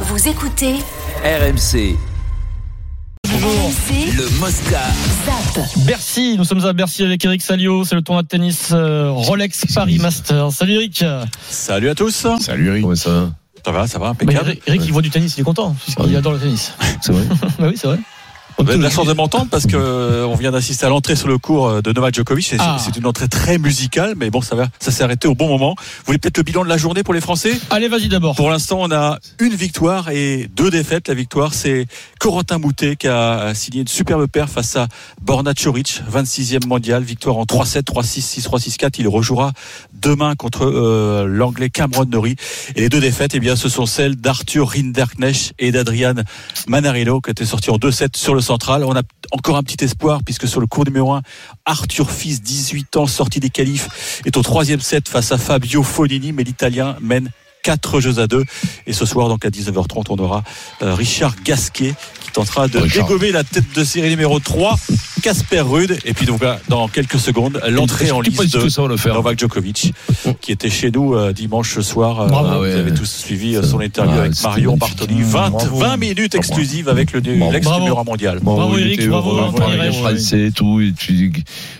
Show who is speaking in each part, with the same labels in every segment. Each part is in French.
Speaker 1: Vous écoutez
Speaker 2: RMC,
Speaker 1: RMC
Speaker 2: le Mosca.
Speaker 1: Zap.
Speaker 3: Bercy, nous sommes à Bercy avec Eric Salio, c'est le tournoi de tennis euh, Rolex Paris Master. Salut Eric.
Speaker 4: Salut à tous.
Speaker 5: Salut Eric.
Speaker 6: Ouais, ça va.
Speaker 4: Ça va, ça va,
Speaker 3: Bah,
Speaker 4: impeccable.
Speaker 3: Eric, Eric, il voit du tennis, il est content, puisqu'il
Speaker 6: Ouais.
Speaker 3: adore le tennis.
Speaker 6: C'est vrai.
Speaker 3: bah oui, c'est vrai.
Speaker 4: Vous avez de la chance de m'entendre parce que euh, on vient d'assister à l'entrée sur le cours euh, de Novak Djokovic. C'est
Speaker 3: Ah.
Speaker 4: c'est une entrée très musicale, mais bon, ça va, ça s'est arrêté au bon moment. Vous voulez peut-être le bilan de la journée pour les Français
Speaker 3: Allez, vas-y d'abord.
Speaker 4: Pour l'instant, on a une victoire et deux défaites. La victoire, c'est Corentin Moutet qui a signé une superbe paire face à Borna Choric, 26e mondial, victoire en 3-7, 3-6, 6-3, 6-4. Il rejouera demain contre euh, l'anglais Cameron Norrie. Et les deux défaites, eh bien, ce sont celles d'Arthur Rinderknecht et d'Adrian Manarino qui étaient sortis en 2-7 sur le central. On a encore un petit espoir puisque sur le cours numéro 1, Arthur Fils, 18 ans, sorti des qualifs, est au troisième set face à Fabio Fonini, mais l'Italien mène 4 jeux à 2. Et ce soir, donc à 19h30, on aura euh, Richard Gasquet qui tentera de
Speaker 5: Richard.
Speaker 4: dégommer la tête de série numéro 3, Casper Rude. Et puis donc là, dans quelques secondes, l'entrée en
Speaker 6: Je sais pas
Speaker 4: liste
Speaker 6: du tout
Speaker 4: de
Speaker 6: ça, on va le faire.
Speaker 4: Novak Djokovic, qui était chez nous euh, dimanche soir. Euh,
Speaker 3: Bravo.
Speaker 4: vous
Speaker 6: Ah ouais.
Speaker 4: avez tous suivi euh,
Speaker 6: Ça-
Speaker 4: son interview
Speaker 6: Ah,
Speaker 4: avec
Speaker 6: c'était
Speaker 4: Marion
Speaker 6: magnifique.
Speaker 4: Bartoli. 20,
Speaker 5: Bravo.
Speaker 4: 20 minutes exclusives avec le
Speaker 6: Bravo.
Speaker 3: Bravo.
Speaker 4: l'ex-numéro mondial.
Speaker 3: Bravo,
Speaker 6: il
Speaker 3: Eric,
Speaker 6: était
Speaker 3: bravo,
Speaker 6: heureux,
Speaker 3: Valentin
Speaker 6: voilà,
Speaker 3: Herrera,
Speaker 6: les français et tout, et tu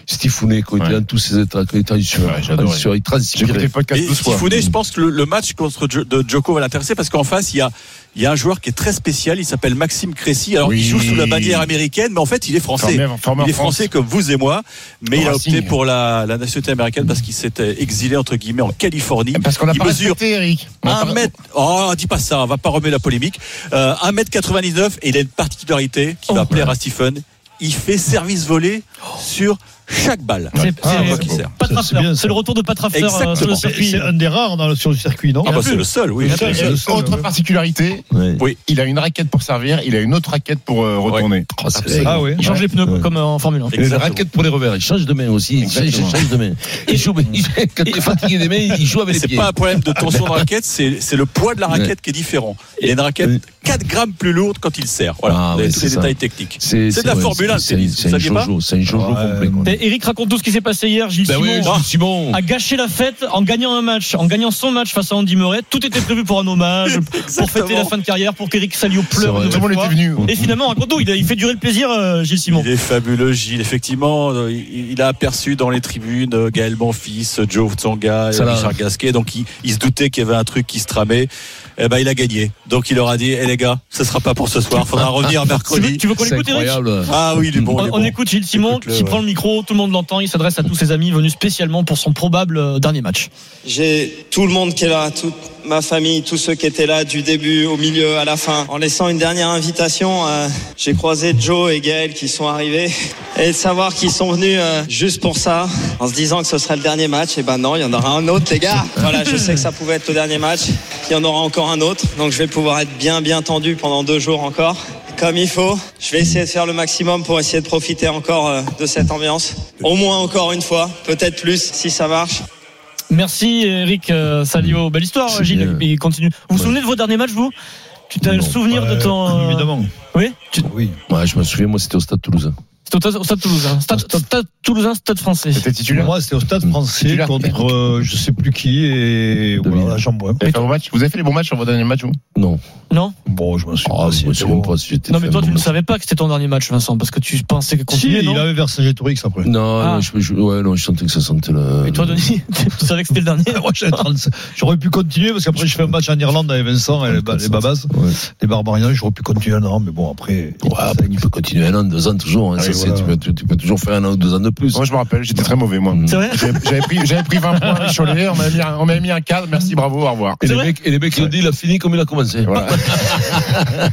Speaker 6: Stifounet, quand il est
Speaker 5: Ouais.
Speaker 6: dans tous ses états, quand il transpire,
Speaker 5: Ouais, j'adorais.
Speaker 6: transpire, il
Speaker 5: J'ai écouté
Speaker 6: transpirait.
Speaker 5: le podcast
Speaker 4: Et
Speaker 5: ce soir.
Speaker 4: Sifounet, je pense que le, le match contre Jo- de Djoko va l'intéresser parce qu'en face, il y a, il y a un joueur qui est très spécial. Il s'appelle Maxime Cressy. Alors,
Speaker 5: Oui.
Speaker 4: il joue sous la bannière américaine, mais en fait, il est français.
Speaker 5: Formé- formé en
Speaker 4: Il est
Speaker 5: France.
Speaker 4: français comme vous et moi, mais il a
Speaker 5: Racing.
Speaker 4: opté pour la, la nationalité américaine parce qu'il s'était exilé entre guillemets en Californie.
Speaker 5: Parce qu'on a
Speaker 4: il
Speaker 5: pas
Speaker 4: mesure
Speaker 5: respecté Eric. On a
Speaker 4: 1
Speaker 5: pas-
Speaker 4: mètre. Oh, dis pas ça, on va pas remuer la polémique. Euh, 1m99 et il a une particularité qui va
Speaker 5: Oh.
Speaker 4: plaire à Stephen. Il fait service volé sur chaque balle.
Speaker 3: C'est
Speaker 4: Ah,
Speaker 3: c'est-
Speaker 4: moi qui sert.
Speaker 3: Pat
Speaker 6: C'est-
Speaker 3: Rafter.
Speaker 6: c'est bien,
Speaker 3: c'est le retour de Pat Rafter euh, sur
Speaker 4: Exactement.
Speaker 3: le circuit.
Speaker 7: des rares dans le- sur le circuit, non
Speaker 4: Ah bah c'est le seul, oui.
Speaker 5: Et
Speaker 4: C'est-
Speaker 5: Autre particularité,
Speaker 6: Ouais.
Speaker 4: Oui.
Speaker 5: il a une raquette pour servir, il a une autre raquette pour euh, retourner.
Speaker 6: Oh, c'est-
Speaker 5: Absolument.
Speaker 3: Ah ouais. Il change les pneus
Speaker 6: Ouais.
Speaker 3: comme euh, en Formule 1.
Speaker 6: Il a une
Speaker 4: Exactement.
Speaker 6: raquette pour les revers, il change de main aussi, il change,
Speaker 5: Exactement.
Speaker 6: il change de main. Il joue, il- quand il est fatigué des mains, il joue
Speaker 4: Mais
Speaker 6: avec les
Speaker 4: c'est
Speaker 6: pieds.
Speaker 4: pas un problème de tension de raquette, c'est c'est le poids de la raquette qui est différent. Il y a une
Speaker 6: Oui.
Speaker 4: raquette 4 grammes plus lourde quand il sert. Voilà,
Speaker 6: Ah,
Speaker 4: Vous avez
Speaker 6: ouais,
Speaker 4: tous
Speaker 6: c'est
Speaker 4: les
Speaker 6: ça.
Speaker 4: détails techniques. C'est de la
Speaker 6: ouais,
Speaker 4: Formule 1,
Speaker 6: c'est-
Speaker 4: le tennis,
Speaker 6: c'est
Speaker 4: vous
Speaker 6: un
Speaker 4: saviez pas
Speaker 6: jojo, C'est un jojo complet. quoi.
Speaker 3: Et Eric, raconte-nous ce qui s'est passé hier. Gilles
Speaker 6: Ben
Speaker 3: Simon
Speaker 6: oui,
Speaker 4: Ah.
Speaker 6: Simon.
Speaker 3: a gâché la fête en gagnant un match, en gagnant son match face à Andy Murray. Tout était prévu pour un hommage, pour fêter
Speaker 4: Exactement.
Speaker 3: la fin de carrière, pour qu'Eric Salio
Speaker 6: C'est
Speaker 3: pleure.
Speaker 6: vrai.
Speaker 3: une
Speaker 5: Tout le monde
Speaker 3: nouvelle
Speaker 5: était
Speaker 3: fois.
Speaker 5: venu.
Speaker 3: Et finalement, raconte-nous, il, a- il fait durer le plaisir, euh, Gilles Simon.
Speaker 4: Il est fabuleux, Gilles. Effectivement, euh, il il a aperçu dans les tribunes euh, Gaël Monfils, euh, Joe Tsonga,
Speaker 6: Ça
Speaker 4: euh,
Speaker 6: l'a-
Speaker 4: Richard Gasquet. Donc, il, il se doutait qu'il y avait un truc qui se tramait. Eh ben, il a gagné. Donc, il leur a dit, eh les gars, ce sera pas pour ce soir. Faudra revenir
Speaker 3: Tu veux,
Speaker 4: mercredi.
Speaker 3: tu veux qu'on
Speaker 6: C'est
Speaker 3: l'écoute, Eric
Speaker 6: incroyable.
Speaker 4: Ah oui, il est bon.
Speaker 3: on,
Speaker 4: il est
Speaker 3: on
Speaker 4: bon.
Speaker 3: écoute Gilles Simon
Speaker 4: Écoute-le,
Speaker 3: qui
Speaker 4: ouais.
Speaker 3: prend le micro, tout le monde l'entend, il s'adresse à tous ses amis venus spécialement pour son probable euh, dernier match.
Speaker 8: J'ai tout le monde qui est là, toute ma famille, tous ceux qui étaient là du début au milieu à la fin. En laissant une dernière invitation, euh, j'ai croisé Joe et Gaël qui sont arrivés et de savoir qu'ils sont venus euh, juste pour ça, en se disant que ce serait le dernier match. Et ben non, il y en aura un autre, les gars. Voilà, je sais que ça pouvait être le dernier match, il y en aura encore un autre, donc je vais pouvoir être bien bien tendu pendant deux jours encore. Comme il faut, je vais essayer de faire le maximum pour essayer de profiter encore euh, de cette ambiance. Au moins encore une fois, peut-être plus si ça marche.
Speaker 3: Merci Eric euh, Salio, belle histoire
Speaker 6: C'est
Speaker 3: Gilles,
Speaker 6: bien.
Speaker 3: il continue. Vous vous souvenez de vos derniers matchs vous Tu as le
Speaker 6: Non.
Speaker 3: souvenir de ton... euh,
Speaker 7: Évidemment.
Speaker 3: Oui Tu-
Speaker 7: Oui.
Speaker 6: Ouais, je me souviens, moi, c'était au Stade Toulousain.
Speaker 3: C'était au, au Stade Toulousain, Stade, Stade Toulousain, Stade français.
Speaker 5: C'était titulaire.
Speaker 7: Moi, c'était au stade
Speaker 6: Mmh.
Speaker 7: français
Speaker 5: Titulaire.
Speaker 7: contre euh, je sais plus qui et
Speaker 6: Devine.
Speaker 7: voilà, la jambe.
Speaker 5: Vous avez fait vos matchs Vous avez fait les bons matchs sur vos derniers matchs vous
Speaker 6: Non.
Speaker 3: Non
Speaker 7: Bon, je m'en suis
Speaker 6: Ah,
Speaker 7: pas.
Speaker 6: je
Speaker 7: si
Speaker 6: me
Speaker 7: c'était
Speaker 6: souviens
Speaker 7: bon.
Speaker 6: pas si j'étais
Speaker 3: Non mais
Speaker 6: fait
Speaker 3: toi
Speaker 6: un
Speaker 3: tu
Speaker 6: bon
Speaker 3: ne
Speaker 6: match.
Speaker 3: savais pas que c'était ton dernier match Vincent, parce que tu pensais que
Speaker 7: Si,
Speaker 3: continuer,
Speaker 7: il
Speaker 3: non
Speaker 7: avait Vercingétorix après.
Speaker 6: Non,
Speaker 3: Ah.
Speaker 6: non, je, je- ouais, non, je sentais que ça sentait le.
Speaker 3: Et toi Denis, tu savais que c'était le dernier
Speaker 7: Moi, j'avais 35. J'aurais pu continuer parce qu'après, je fais un match en Irlande avec Vincent et les, ba- les Babas,
Speaker 6: Ouais.
Speaker 7: les Barbarians. J'aurais pu continuer un an, mais bon, après.
Speaker 6: Ouais, après, tu peux continuer un an, deux ans toujours. hein,
Speaker 7: Ah
Speaker 6: ça,
Speaker 7: oui,
Speaker 6: c'est-
Speaker 7: voilà.
Speaker 6: tu, peux, tu- tu peux toujours faire un an ou deux ans de plus.
Speaker 5: Moi je me rappelle, j'étais très mauvais moi.
Speaker 6: Mm.
Speaker 3: C'est vrai
Speaker 5: J'avais j'avais pris, j'avais pris 20 points à Cholet, on m'a mis, un- on m'a mis un cadre, merci, bravo, au revoir.
Speaker 6: Et
Speaker 3: C'est
Speaker 6: les,
Speaker 3: vrai
Speaker 6: mecs, et les mecs, ils ont dit, il a fini comme il a commencé. Ah,
Speaker 5: Voilà.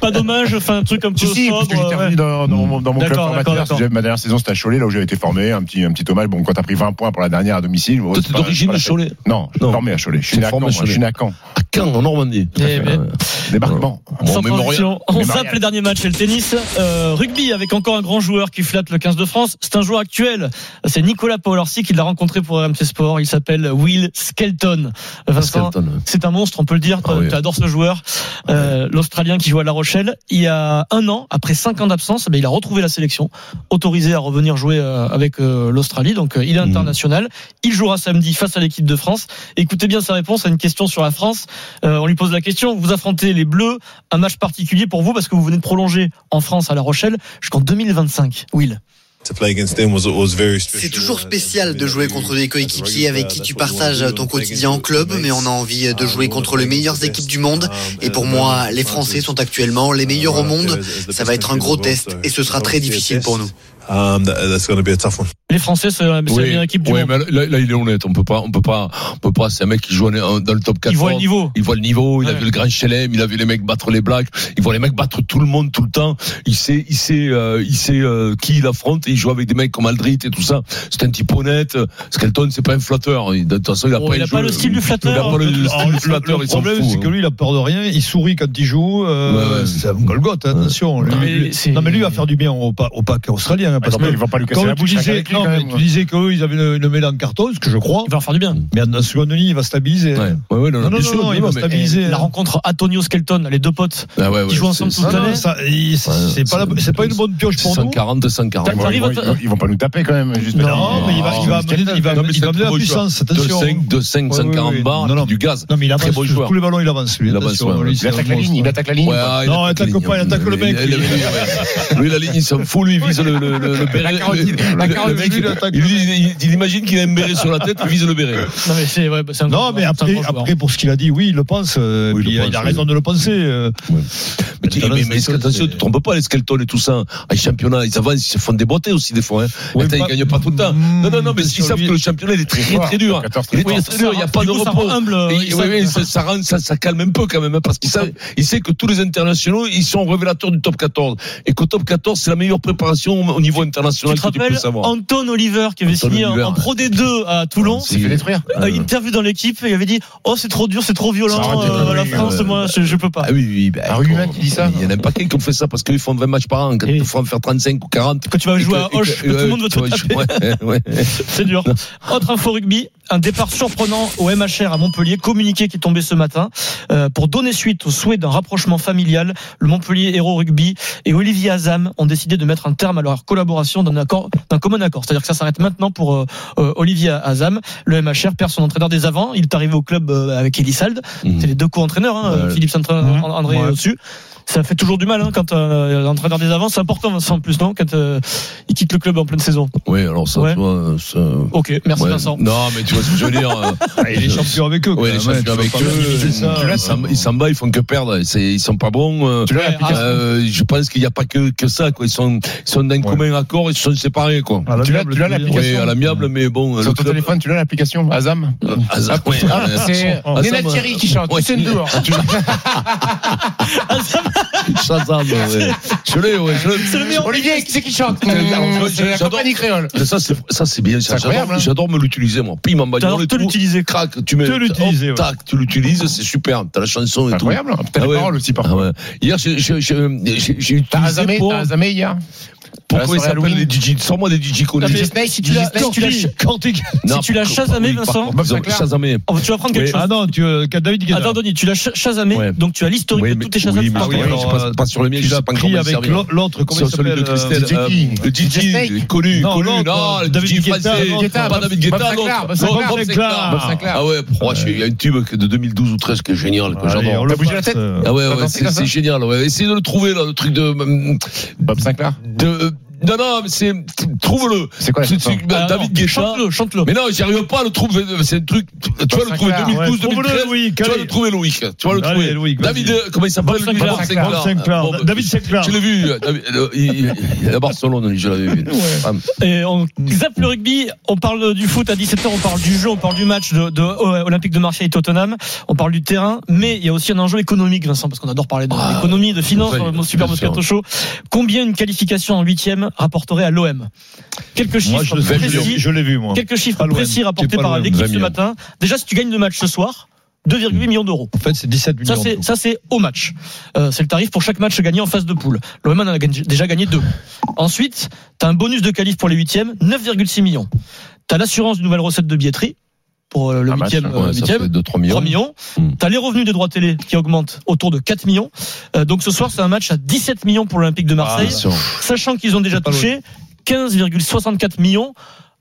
Speaker 3: Pas dommage, enfin un truc un peu
Speaker 5: Si, si, parce que j'ai
Speaker 3: sobre. ouais.
Speaker 5: terminé dans, dans mon, dans mon
Speaker 3: D'accord,
Speaker 5: club
Speaker 3: d'accord,
Speaker 5: formateur. parce que
Speaker 3: d'accord.
Speaker 5: Ma dernière saison, c'était à Cholet, là où j'avais été formé. Un petit, un petit hommage. Bon, quand t'as pris 20 points pour la dernière à domicile. bon,
Speaker 6: Toi,
Speaker 5: c'est
Speaker 6: t'es
Speaker 5: pas- c'est
Speaker 6: d'origine
Speaker 5: pas la
Speaker 6: de
Speaker 5: fête.
Speaker 6: Cholet.
Speaker 5: Non, je suis
Speaker 6: Non.
Speaker 5: formé à Cholet. Je suis
Speaker 6: T'es
Speaker 5: né à Caen.
Speaker 6: formé à
Speaker 5: moi, Je
Speaker 6: Cholet.
Speaker 5: suis né à Caen.
Speaker 6: À Caen, en Normandie.
Speaker 3: Eh ben,
Speaker 5: Débarquement.
Speaker 3: Sans
Speaker 6: Bon, mémorial.
Speaker 3: transition, on
Speaker 5: Mémorial.
Speaker 3: zappe les derniers matchs et le tennis. Euh, rugby avec encore un grand joueur qui flatte le 15 de France. C'est un joueur actuel. C'est Nicolas Paolorsi qui l'a rencontré pour RMC Sport. Il s'appelle Will Skelton. Euh, Vincent,
Speaker 6: Skelton, ouais.
Speaker 3: c'est un monstre, on peut le dire.
Speaker 6: Ah oui.
Speaker 3: Tu adores ce joueur. Euh, l'Australien qui joue à La Rochelle. Il y a un an, après cinq ans d'absence, eh ben, il a retrouvé la sélection, autorisé à revenir jouer euh, avec euh, l'Australie. Donc euh, il est
Speaker 6: Mhm.
Speaker 3: international. Il jouera samedi face à l'équipe de France. Écoutez bien sa réponse à une question sur la France. Euh, on lui pose la question. Vous affrontez les Bleus, un match particulier pour vous parce que vous venez de prolonger en France à La Rochelle jusqu'en 2025. Will.
Speaker 1: C'est toujours spécial de jouer contre des coéquipiers avec qui tu partages ton quotidien en club, mais Ah, on a envie
Speaker 8: Ah,
Speaker 1: de jouer contre les meilleures équipes du monde. Et pour moi, les Français sont actuellement les meilleurs au monde. Ça va être un gros test et ce sera très difficile pour nous.
Speaker 3: Les Français, c'est la c'est la meilleure équipe du
Speaker 6: ouais,
Speaker 3: monde.
Speaker 6: mais là, là, il est honnête. On peut pas, on peut pas, on peut pas. C'est un mec qui joue en- en- dans le top 14.
Speaker 3: Ils voient le niveau.
Speaker 6: Il voit le niveau, il a
Speaker 3: Ouais.
Speaker 6: vu le grand chelem, il a vu les mecs battre les blacks, il voit les mecs battre tout le monde tout le temps. Il sait, il sait, euh, il sait euh, qui il affronte. Et il joue avec des mecs comme Aldrit et tout ça. C'est un type honnête. Skelton, c'est pas un flatteur. Il- De toute façon, il a
Speaker 7: Oh,
Speaker 3: Bon,
Speaker 6: pas,
Speaker 3: il
Speaker 6: un
Speaker 3: a pas
Speaker 6: jeu-
Speaker 3: le style du
Speaker 6: Il a
Speaker 3: flatteur.
Speaker 6: pas le,
Speaker 3: Le-
Speaker 6: le style du flatteur.
Speaker 7: Ah, Le
Speaker 6: il s'en
Speaker 7: problème,
Speaker 6: fout,
Speaker 7: c'est
Speaker 6: hein.
Speaker 7: que lui, il a peur de rien, il sourit quand il joue. euh,
Speaker 6: Ouais, ouais.
Speaker 7: C'est un Golgoth, hein, attention.
Speaker 3: Non, mais
Speaker 7: Lui-
Speaker 3: c'est-
Speaker 7: Non, mais lui, il va faire du bien au, pa- au pack australien. hein, parce
Speaker 5: Attends,
Speaker 7: que
Speaker 5: ils vont pas lui casser
Speaker 7: quand
Speaker 5: la
Speaker 7: tu
Speaker 5: bouche. chacun
Speaker 7: disais,
Speaker 5: avec lui,
Speaker 7: non,
Speaker 5: quand
Speaker 7: mais
Speaker 5: même.
Speaker 7: tu disais qu'eux, ils avaient une, une mêlée en carton, ce que je crois.
Speaker 3: Il va en faire du bien.
Speaker 7: Mais en seconde ligne, il va stabiliser.
Speaker 6: Ouais, ouais, ouais, non,
Speaker 7: Non,
Speaker 6: bien
Speaker 7: non,
Speaker 6: sûr,
Speaker 7: non, il va
Speaker 6: mais-
Speaker 7: stabiliser.
Speaker 3: Et La rencontre Antonio Skelton, les deux potes.
Speaker 6: Ah ouais, ouais,
Speaker 3: Ils jouent
Speaker 6: c'est-
Speaker 3: ensemble tout
Speaker 6: c'est-
Speaker 7: Non,
Speaker 3: à l'heure.
Speaker 7: non, ça- il- c'est pas, la- c'est pas une bonne pioche pour nous.
Speaker 6: 140, 140.
Speaker 5: Ils vont, ils, vont, ils vont- ils vont pas nous taper quand même. Juste
Speaker 7: Non, mais il va, il va
Speaker 5: Ah,
Speaker 7: amener, il va,
Speaker 6: Non, mais
Speaker 7: il
Speaker 6: c'est
Speaker 7: va
Speaker 6: un
Speaker 7: amener la
Speaker 6: très beau joueur.
Speaker 7: puissance,
Speaker 6: De
Speaker 7: attention.
Speaker 6: 5, de 5,
Speaker 7: Ouais,
Speaker 6: 140
Speaker 7: ouais, ouais.
Speaker 6: bars,
Speaker 7: Non, non.
Speaker 6: du gaz.
Speaker 7: Non, mais il avance
Speaker 6: Très bon
Speaker 7: tous,
Speaker 6: joueur.
Speaker 7: tous les ballons, il avance, lui.
Speaker 6: Il avance,
Speaker 7: attention,
Speaker 6: ouais.
Speaker 7: lui,
Speaker 5: Il
Speaker 7: c'est
Speaker 5: attaque
Speaker 7: un
Speaker 5: la ligne, il
Speaker 7: monstre.
Speaker 5: attaque la ligne.
Speaker 6: Ouais,
Speaker 5: quoi.
Speaker 6: ah,
Speaker 7: Non, attaque
Speaker 6: la
Speaker 7: pas, il
Speaker 6: ligne.
Speaker 7: attaque le mec.
Speaker 6: Il- il- il- Lui, la ligne, il s'en fout, lui, il vise le, le, le, le béret.
Speaker 5: carotide, la
Speaker 6: Le- le
Speaker 5: carotide,
Speaker 6: mec,
Speaker 7: lui, il attaque
Speaker 6: il, il- il imagine qu'il a un béret sur la tête, il vise le béret.
Speaker 3: Non, mais c'est ouais, bah, c'est un grand
Speaker 7: Non, mais
Speaker 3: joueur, c'est un
Speaker 7: après,
Speaker 3: grand joueur.
Speaker 7: après pour ce qu'il a dit, oui, il le pense. euh,
Speaker 6: Oui, il
Speaker 7: puis
Speaker 6: le
Speaker 7: il, a
Speaker 6: pense,
Speaker 7: raison
Speaker 6: oui.
Speaker 7: de le penser. euh.
Speaker 6: Mais, tu-
Speaker 7: Mais
Speaker 6: mais- mais
Speaker 7: Skelton,
Speaker 6: attention,
Speaker 7: c'est-
Speaker 6: tu ne trompes pas, les skeletons et tout ça. En championnat, ils avancent, ils se font déboîter aussi, des fois. Hein.
Speaker 7: Oui,
Speaker 6: Attends,
Speaker 7: pas-
Speaker 6: ils gagnent pas Mmh, tout le temps. Non, non, non, mais
Speaker 7: Sur
Speaker 6: ils savent
Speaker 7: lui-
Speaker 6: que le championnat, il est très,
Speaker 5: Soir,
Speaker 6: très dur.
Speaker 5: 14,
Speaker 6: Il est
Speaker 3: Oui,
Speaker 6: très,
Speaker 3: ça-
Speaker 6: très dur,
Speaker 3: ça-
Speaker 6: il n'y a pas
Speaker 3: du
Speaker 6: de
Speaker 3: coup, ça
Speaker 6: repos.
Speaker 3: rend humble, euh,
Speaker 6: Et-
Speaker 3: ils
Speaker 6: oui,
Speaker 3: savent-
Speaker 6: oui, ça, ça rend- ça- ça calme un peu quand même, hein, parce qu'il sait, il sait que tous les internationaux, ils sont révélateurs du top 14. Et qu'au top 14, c'est la meilleure préparation au niveau
Speaker 3: Tu
Speaker 6: international
Speaker 3: te
Speaker 6: que tu peux
Speaker 3: rappelles
Speaker 6: savoir.
Speaker 3: Anton Oliver qui avait
Speaker 6: Anton
Speaker 3: signé
Speaker 6: Oliver,
Speaker 3: en
Speaker 6: ouais. Ah,
Speaker 3: Pro D2 à Toulon
Speaker 5: Il s'est fait détruire.
Speaker 3: Euh, interview dans l'équipe et il avait dit oh c'est trop dur c'est trop
Speaker 5: Ça
Speaker 3: violent
Speaker 5: arrête de
Speaker 3: euh, la
Speaker 5: conneries,
Speaker 3: France
Speaker 6: euh,
Speaker 3: moi je, je peux pas
Speaker 6: Ah oui, oui, ben,
Speaker 5: Un humain qui dit ça.
Speaker 6: Il y en a pas paquet qui ont fait ça parce qu'ils font 20 matchs par an. Quand
Speaker 3: Et-
Speaker 6: ils font en faire 35 ou 40.
Speaker 3: quand tu vas
Speaker 6: et
Speaker 3: jouer
Speaker 6: que-
Speaker 3: à
Speaker 6: et
Speaker 3: Hoche tout
Speaker 6: que-
Speaker 3: le
Speaker 6: ouais,
Speaker 3: monde veut
Speaker 6: tu
Speaker 3: te
Speaker 6: vois,
Speaker 3: taper
Speaker 6: ouais, ouais.
Speaker 3: c'est dur autre info rugby un départ surprenant au MHR à Montpellier communiqué qui est tombé ce matin euh, pour donner suite au souhait d'un rapprochement familial le Montpellier Héros Rugby et Olivier Azam ont décidé de mettre un terme à leur collaboration d'un accord d'un commun accord c'est-à-dire que ça s'arrête maintenant pour euh, euh, Olivier Azam le MHR perd son entraîneur des avants il est arrivé au club euh, avec Elissalde
Speaker 6: Mhm.
Speaker 3: C'est les deux co-entraîneurs, hein,
Speaker 6: Ouais. Mhm.
Speaker 3: Philippe Saint-André
Speaker 7: Ouais.
Speaker 3: André
Speaker 7: Ouais.
Speaker 3: au-dessus. Ça fait toujours du mal hein, quand euh, l'entraîneur des avants, c'est important Vincent en plus, non Quand euh, il quitte le club en pleine saison.
Speaker 6: Oui, alors ça,
Speaker 3: Ouais.
Speaker 6: tu vois, euh, ça-
Speaker 3: Ok, merci
Speaker 6: ouais.
Speaker 3: Vincent.
Speaker 6: Non, mais tu vois ce que je veux dire. euh,
Speaker 7: Ah, Il est champion avec eux.
Speaker 6: ouais, les
Speaker 7: quand même,
Speaker 6: champions
Speaker 7: tu
Speaker 6: avec
Speaker 7: peux pas minimiser
Speaker 6: eux. euh,
Speaker 7: ça.
Speaker 6: Ils s'en- Ils s'en battent, ils font que perdre. C'est- Ils sont pas bons. euh,
Speaker 5: Tu l'as,
Speaker 3: Ouais,
Speaker 5: l'application.
Speaker 6: euh, je pense qu'il n'y a pas que, que ça. Quoi. Ils sont, ils sont d'un commun accord, ils se sont séparés. Quoi.
Speaker 7: À la
Speaker 5: Tu l'as-
Speaker 7: diable,
Speaker 5: tu l'as,
Speaker 7: veux dire.
Speaker 5: l'application
Speaker 6: Oui, à l'amiable, mais bon.
Speaker 5: Sur ton téléphone, tu l'as l'application Azam
Speaker 6: Azam, ouais,
Speaker 5: Ah,
Speaker 6: ouais.
Speaker 5: C'est
Speaker 6: Azam,
Speaker 5: Néna
Speaker 6: euh,
Speaker 5: Thierry qui chante.
Speaker 6: ouais.
Speaker 5: C'est une dehors. Tu-
Speaker 6: Shazam, ouais. Je l'ai, ouais, je l'ai.
Speaker 3: C'est le meilleur.
Speaker 5: Olivier, qui c'est qui chante C'est la
Speaker 6: J'adore.
Speaker 5: compagnie créole.
Speaker 6: Mais Ça, c'est, ça, c'est bien. ça.
Speaker 5: incroyable,
Speaker 6: J'adore,
Speaker 5: hein.
Speaker 6: j'adore me l'utiliser, moi. Puis, il m'en bagnole
Speaker 3: T'adores
Speaker 6: et
Speaker 3: te
Speaker 6: tout.
Speaker 3: l'utiliser.
Speaker 6: Crac, tu mets.
Speaker 7: Te l'utiliser,
Speaker 6: hop, Tac, tu l'utilises, c'est super. T'as la chanson et
Speaker 5: C'est
Speaker 6: tout.
Speaker 5: incroyable. hein. Putain,
Speaker 6: Ah
Speaker 5: les
Speaker 6: ouais.
Speaker 5: paroles aussi, par
Speaker 6: Ah
Speaker 5: contre.
Speaker 6: ouais. Hier, j'ai, j'ai, j'ai, j'ai, j'ai utilisé
Speaker 5: T'as Azamé,
Speaker 6: pour,
Speaker 5: t'as Azamé hier
Speaker 6: pour
Speaker 5: la
Speaker 6: comment ils
Speaker 5: soirée
Speaker 6: s'appellent les
Speaker 5: Halloween.
Speaker 6: DJ. Sors-moi des DJ connus.
Speaker 5: DJ Snake,
Speaker 3: si tu l'as, si tu l'as,
Speaker 7: Quand t'es-
Speaker 6: Non,
Speaker 3: tu l'as
Speaker 6: par-
Speaker 3: chasamé,
Speaker 6: oui, par
Speaker 3: Vincent
Speaker 6: contre, ils ont
Speaker 5: Claire.
Speaker 6: chasamé.
Speaker 3: Oh, tu vas prendre quelque
Speaker 7: Ah
Speaker 3: chose.
Speaker 7: non, tu, euh, David Guetta.
Speaker 3: Attends, Denis, tu l'as cha- chasamé,
Speaker 6: Ouais.
Speaker 3: donc tu as l'historique
Speaker 6: Oui,
Speaker 3: de
Speaker 6: mais-
Speaker 3: tous tes chasamés.
Speaker 6: oui, mais
Speaker 7: Ah oui,
Speaker 6: attends,
Speaker 7: alors,
Speaker 6: je passe
Speaker 7: euh,
Speaker 6: pas sur le mien, je
Speaker 7: Tu
Speaker 6: sais
Speaker 7: l'as
Speaker 6: pas encore
Speaker 7: pris
Speaker 6: me
Speaker 7: avec
Speaker 6: servir.
Speaker 7: l'au- l'autre, comment
Speaker 6: Sur
Speaker 7: il
Speaker 6: celui
Speaker 7: s'appelle
Speaker 6: de Christelle.
Speaker 5: DJ
Speaker 6: euh,
Speaker 5: qui
Speaker 6: le
Speaker 5: DJ
Speaker 6: DJ,
Speaker 5: Snake
Speaker 6: connu,
Speaker 7: Non,
Speaker 6: connu.
Speaker 7: l'autre,
Speaker 6: Non, le
Speaker 7: David
Speaker 6: DJ
Speaker 7: Guetta,
Speaker 6: français.
Speaker 7: l'autre.
Speaker 6: Pas David Guetta,
Speaker 5: Bob Sinclair,
Speaker 6: l'autre.
Speaker 5: Bob Sinclair.
Speaker 6: Bob Sinclair.
Speaker 5: Bob Sinclair.
Speaker 6: Ah ouais, proche, il y a un tube que de 2012 ou 13 qui est génial, que
Speaker 7: Allez, on
Speaker 6: j'adore.
Speaker 7: le
Speaker 5: T'as bougé la
Speaker 7: passe,
Speaker 5: tête
Speaker 7: euh,
Speaker 6: Ah ouais,
Speaker 5: T'as
Speaker 6: ouais,
Speaker 5: dansé
Speaker 6: c'est
Speaker 5: comme ça
Speaker 6: c'est génial. Ouais. Essayez de le trouver, là, le truc de.
Speaker 5: Bob Sinclair
Speaker 6: de non, non, mais c'est. Trouve-le.
Speaker 5: C'est quoi la
Speaker 6: C'est-
Speaker 5: chanson
Speaker 6: c'est- bah,
Speaker 3: Ah,
Speaker 6: David
Speaker 3: non,
Speaker 6: Guetta.
Speaker 3: Chante-le, chante-le.
Speaker 6: Mais non, j'y arrive pas à le trouver. C'est un truc. Tu vas le trouver
Speaker 5: Sinclair,
Speaker 7: ouais.
Speaker 6: 2012,
Speaker 7: Trouve-le,
Speaker 6: 2013.
Speaker 7: Loïc,
Speaker 6: Tu vas
Speaker 7: allez.
Speaker 6: le trouver, Loïc. Tu vas le
Speaker 7: Allez,
Speaker 6: trouver.
Speaker 7: Loïc, vas-y.
Speaker 6: David, euh, comment il s'appelle lui,
Speaker 3: Sinclair.
Speaker 6: Bob
Speaker 7: Bob Sinclair.
Speaker 6: Bon, bah,
Speaker 7: David Sinclair.
Speaker 6: Je l'ai vu. euh, David- euh, il- il il est à Barcelone, lui, je l'avais vu. Ah,
Speaker 3: Et on zappe le rugby, on parle du foot à 17h, on parle du jeu, on parle du match de, de euh, Olympique de Marseille et Tottenham, on parle du terrain, mais il y a aussi un enjeu économique, Vincent, parce qu'on adore parler de-
Speaker 6: Ah,
Speaker 3: d'économie, de finances
Speaker 6: oui,
Speaker 3: dans le Super
Speaker 6: bien sûr.
Speaker 3: Moscato Show. Combien une qualification en huitième rapporterait à l'OM Quelques
Speaker 7: Moi, je
Speaker 3: chiffres
Speaker 7: le sais, je l'ai-
Speaker 3: précis,
Speaker 7: je l'ai vu, moi.
Speaker 3: quelques chiffres
Speaker 7: Pas l'OM,
Speaker 3: précis rapportés
Speaker 7: c'est pas
Speaker 3: par
Speaker 7: l'OM,
Speaker 3: l'équipe
Speaker 6: 20
Speaker 3: ce
Speaker 6: millions.
Speaker 3: matin. Déjà, si tu gagnes le match ce soir, 2,8 millions d'euros.
Speaker 7: En fait, c'est 17
Speaker 3: Ça
Speaker 7: millions.
Speaker 3: c'est ça c'est au match. Euh, c'est le tarif pour chaque match gagné en phase de poule. L'OM en a gagné- déjà gagné deux. Ensuite, t'as un bonus de qualif pour les huitièmes, 9,6 millions. T'as l'assurance d'une nouvelle recette de billetterie, pour le
Speaker 5: Un match,
Speaker 3: huitième,
Speaker 5: ouais,
Speaker 3: euh,
Speaker 6: Ouais, Ah, bah, ça
Speaker 3: huitième.
Speaker 6: fait 2-3 millions.
Speaker 3: 3 millions.
Speaker 6: Mm.
Speaker 3: T'as les revenus des droits télé qui augmentent autour de 4 millions. Euh, donc ce soir, c'est un match à 17 millions pour l'Olympique
Speaker 6: Ah,
Speaker 3: de Marseille,
Speaker 6: Attention.
Speaker 3: sachant qu'ils ont déjà
Speaker 7: pas
Speaker 3: touché 15,64 millions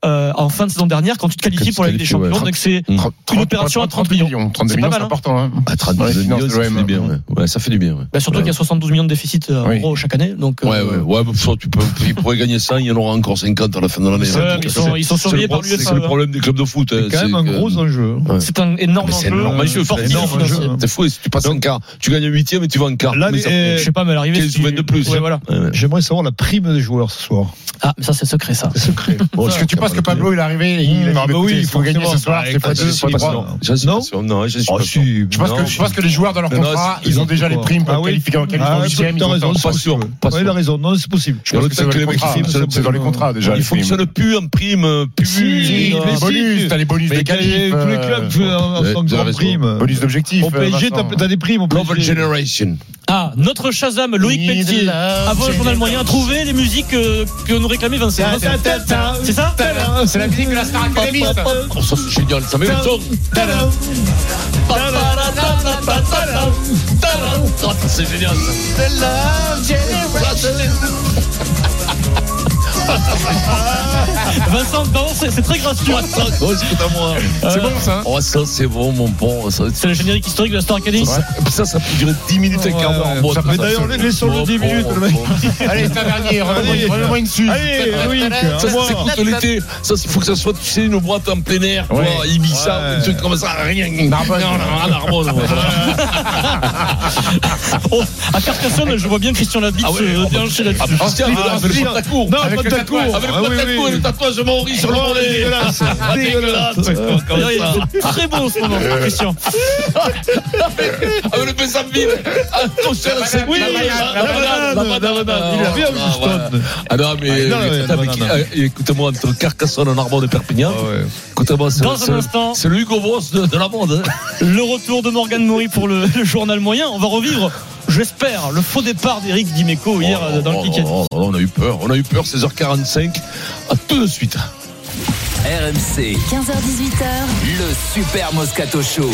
Speaker 3: euh, en fin de saison dernière quand tu te qualifies
Speaker 6: Quand tu
Speaker 3: pour la Ligue des
Speaker 6: te qualifies,
Speaker 3: Champions.
Speaker 6: ouais.
Speaker 3: Donc c'est
Speaker 6: Mm.
Speaker 3: Une opération à 30 millions. C'est
Speaker 5: 32
Speaker 3: pas
Speaker 5: millions,
Speaker 3: mal,
Speaker 5: c'est
Speaker 3: hein.
Speaker 5: important. Hein.
Speaker 6: Ah, 32
Speaker 5: Dans les
Speaker 6: millions,
Speaker 5: finances de
Speaker 6: ça
Speaker 5: l'OM,
Speaker 6: fait du bien, ouais. Ouais, ça fait du bien. ouais.
Speaker 3: bah, surtout
Speaker 6: Ouais.
Speaker 3: qu'il y a 72 millions de déficit euh, en
Speaker 5: Oui.
Speaker 3: gros chaque année. Donc, euh,
Speaker 6: Ouais, ouais, ouais, mais soit tu peux, ils pourraient gagner 100, il y en aura encore 50 à la fin de l'année.
Speaker 3: Ouais, mais ils sont- ils sont
Speaker 6: C'est le
Speaker 3: surveillés
Speaker 6: pro-
Speaker 3: par l'UEFA,
Speaker 6: C'est le
Speaker 3: hein.
Speaker 6: problème des clubs de foot. hein,
Speaker 7: C'est quand même un
Speaker 6: que-
Speaker 7: gros enjeu.
Speaker 3: C'est un énorme
Speaker 6: Mais c'est
Speaker 3: enjeu,
Speaker 6: énorme enjeu,
Speaker 3: sportif
Speaker 6: c'est
Speaker 3: et
Speaker 6: énorme
Speaker 3: financier.
Speaker 7: enjeu.
Speaker 6: C'est fou, et si tu passes en quart, tu gagnes un huitième et tu vas en quart.
Speaker 7: Là,
Speaker 6: Mais ça-
Speaker 7: les-
Speaker 3: Je sais pas, mais à l'arrivée,
Speaker 6: 15
Speaker 3: si-
Speaker 6: ou 20 de plus.
Speaker 3: Ouais, voilà.
Speaker 6: Ouais, ouais.
Speaker 7: J'aimerais savoir la prime des joueurs ce soir.
Speaker 3: Ah, mais ça c'est secret ça.
Speaker 7: C'est secret.
Speaker 6: Bon,
Speaker 5: Parce que tu penses que Pablo il est arrivé, il a
Speaker 7: Mmh,
Speaker 5: dit,
Speaker 7: ah bah
Speaker 5: écoutez,
Speaker 7: oui,
Speaker 5: il faut gagner ce
Speaker 7: forcément.
Speaker 5: soir, c'est
Speaker 7: Ah,
Speaker 5: pas
Speaker 7: je
Speaker 5: deux,
Speaker 7: suis
Speaker 5: pas
Speaker 7: pas
Speaker 5: trois.
Speaker 7: sûr.
Speaker 6: J'en suis pas
Speaker 7: Non
Speaker 6: sûr. Non, j'en suis
Speaker 7: Oh,
Speaker 6: pas sûr.
Speaker 7: si,
Speaker 5: Je pense,
Speaker 6: Non,
Speaker 5: que, je pense que les joueurs dans leur
Speaker 6: Mais non,
Speaker 5: contrat,
Speaker 6: c'est-
Speaker 5: ils ont déjà les primes pour
Speaker 7: Ah oui.
Speaker 5: qualifier en
Speaker 7: Ah,
Speaker 5: qualification.
Speaker 7: t'as raison,
Speaker 6: Pas sûr, pas
Speaker 7: Ouais, il a
Speaker 6: sûr.
Speaker 7: raison. Non, c'est possible.
Speaker 5: Je pense que c'est dans
Speaker 6: que les
Speaker 5: les
Speaker 6: mecs,
Speaker 5: contrats.
Speaker 6: ils filment,
Speaker 5: C'est dans les contrats déjà.
Speaker 6: Ils
Speaker 5: les primes.
Speaker 6: fonctionnent plus en prime, euh, plus.
Speaker 7: Si,
Speaker 5: Les
Speaker 7: mais si,
Speaker 5: bonus,
Speaker 7: tu-
Speaker 5: t'as les bonus de
Speaker 7: Mais quel est-
Speaker 5: qualif.
Speaker 7: tous les
Speaker 5: euh,
Speaker 7: clubs font
Speaker 6: t'as
Speaker 7: une grande
Speaker 6: raison.
Speaker 7: prime.
Speaker 5: Bonus d'objectif.
Speaker 7: Au PSG, t'as
Speaker 5: Vincent.
Speaker 7: t'as des primes. au
Speaker 6: Love
Speaker 7: PSG.
Speaker 6: Generation.
Speaker 3: Ah, notre Shazam, Loïc
Speaker 5: Need
Speaker 3: Pelletier.
Speaker 5: love,
Speaker 3: Avant le journal
Speaker 5: need
Speaker 3: moyen,
Speaker 5: love.
Speaker 3: trouver les musiques euh, que nous réclamait Vincent.
Speaker 5: Ta, ta, ta, ta.
Speaker 3: C'est ça
Speaker 5: C'est la musique de la Star Academy. ça.
Speaker 6: Oh, ça, c'est génial. Ça met le ton. Oh, C'est génial. ça.
Speaker 3: Vincent danse, c'est- c'est très gracieux.
Speaker 6: Oh, c'est à moi.
Speaker 5: C'est bon ça
Speaker 6: Oh, ça, c'est bon, mon bon. Ça,
Speaker 3: C'est le générique historique de la Star Academy.
Speaker 6: ça, ça, ça peut durer 10 minutes et un quart d'heure.
Speaker 7: Ouais,
Speaker 6: Bon,
Speaker 5: ça
Speaker 6: tout
Speaker 7: Mais d'ailleurs,
Speaker 6: seul.
Speaker 7: laissons-le
Speaker 6: Bon,
Speaker 7: 10
Speaker 6: bon,
Speaker 7: minutes. le
Speaker 6: bon,
Speaker 7: mec.
Speaker 6: bon.
Speaker 5: Allez, c'est la dernière.
Speaker 7: Allez.
Speaker 5: Remets-moi une suite.
Speaker 7: Allez, Loïc,
Speaker 6: Ça,
Speaker 7: au
Speaker 6: c'est
Speaker 7: revoir.
Speaker 6: cool de l'été. Ça, il faut que ça soit, tu sais, une boîte en plein air, quoi,
Speaker 5: Ouais.
Speaker 6: Ibiza,
Speaker 7: Ouais.
Speaker 6: ou des trucs comme ça, rien.
Speaker 5: Narbonne.
Speaker 6: Non, non, à Narbonne, ouais.
Speaker 3: Oh, à Carcassonne, je vois bien Christian Labitte
Speaker 6: Ah ouais,
Speaker 3: se
Speaker 6: oh,
Speaker 3: déhancher là-dessus.
Speaker 6: Ah, mais Christian,
Speaker 7: Ensuite,
Speaker 6: ah, avec le
Speaker 7: ensuite.
Speaker 6: pot à cour.
Speaker 7: Non,
Speaker 5: Avec
Speaker 7: pas
Speaker 5: le
Speaker 7: de taco.
Speaker 5: tatouage.
Speaker 6: Avec le
Speaker 7: Ah
Speaker 6: pot
Speaker 7: oui,
Speaker 6: à
Speaker 7: oui,
Speaker 6: cour et
Speaker 7: oui.
Speaker 6: le tatouage Maori sur le
Speaker 7: Oh,
Speaker 6: mollet.
Speaker 7: dégueulasse. Dégueulasse.
Speaker 6: Comme
Speaker 3: D'ailleurs,
Speaker 6: ça.
Speaker 3: il est Très beau en ce moment,
Speaker 6: euh,
Speaker 3: Christian.
Speaker 6: Avec le Pessamville. Attention, c'est
Speaker 7: Oui, la banane, la banane. Il a bien vu,
Speaker 6: Ah, voilà.
Speaker 7: Houston.
Speaker 6: Ah non, mais,
Speaker 7: Ah, non,
Speaker 6: mais
Speaker 7: ouais,
Speaker 6: attends, mais
Speaker 7: non,
Speaker 6: qui-
Speaker 7: non, non.
Speaker 6: ah, écoutez-moi, entre Carcassonne, Narbonne et Perpignan,
Speaker 7: Ah ouais.
Speaker 6: écoutez-moi, c'est-
Speaker 3: Dans un
Speaker 6: c'est-
Speaker 3: instant.
Speaker 6: c'est le Hugo Boss de, de la bande. hein.
Speaker 3: Le retour de Morgane Maury pour le, le journal moyen. On va revivre, j'espère, le faux départ d'Éric Dimeco hier
Speaker 6: Oh,
Speaker 3: euh, dans
Speaker 6: oh,
Speaker 3: le ticket.
Speaker 6: oh, oh, on a eu peur, on a eu peur, 16h45. À tout de suite.
Speaker 2: RMC,
Speaker 9: 15h18h,
Speaker 2: le Super Moscato Show.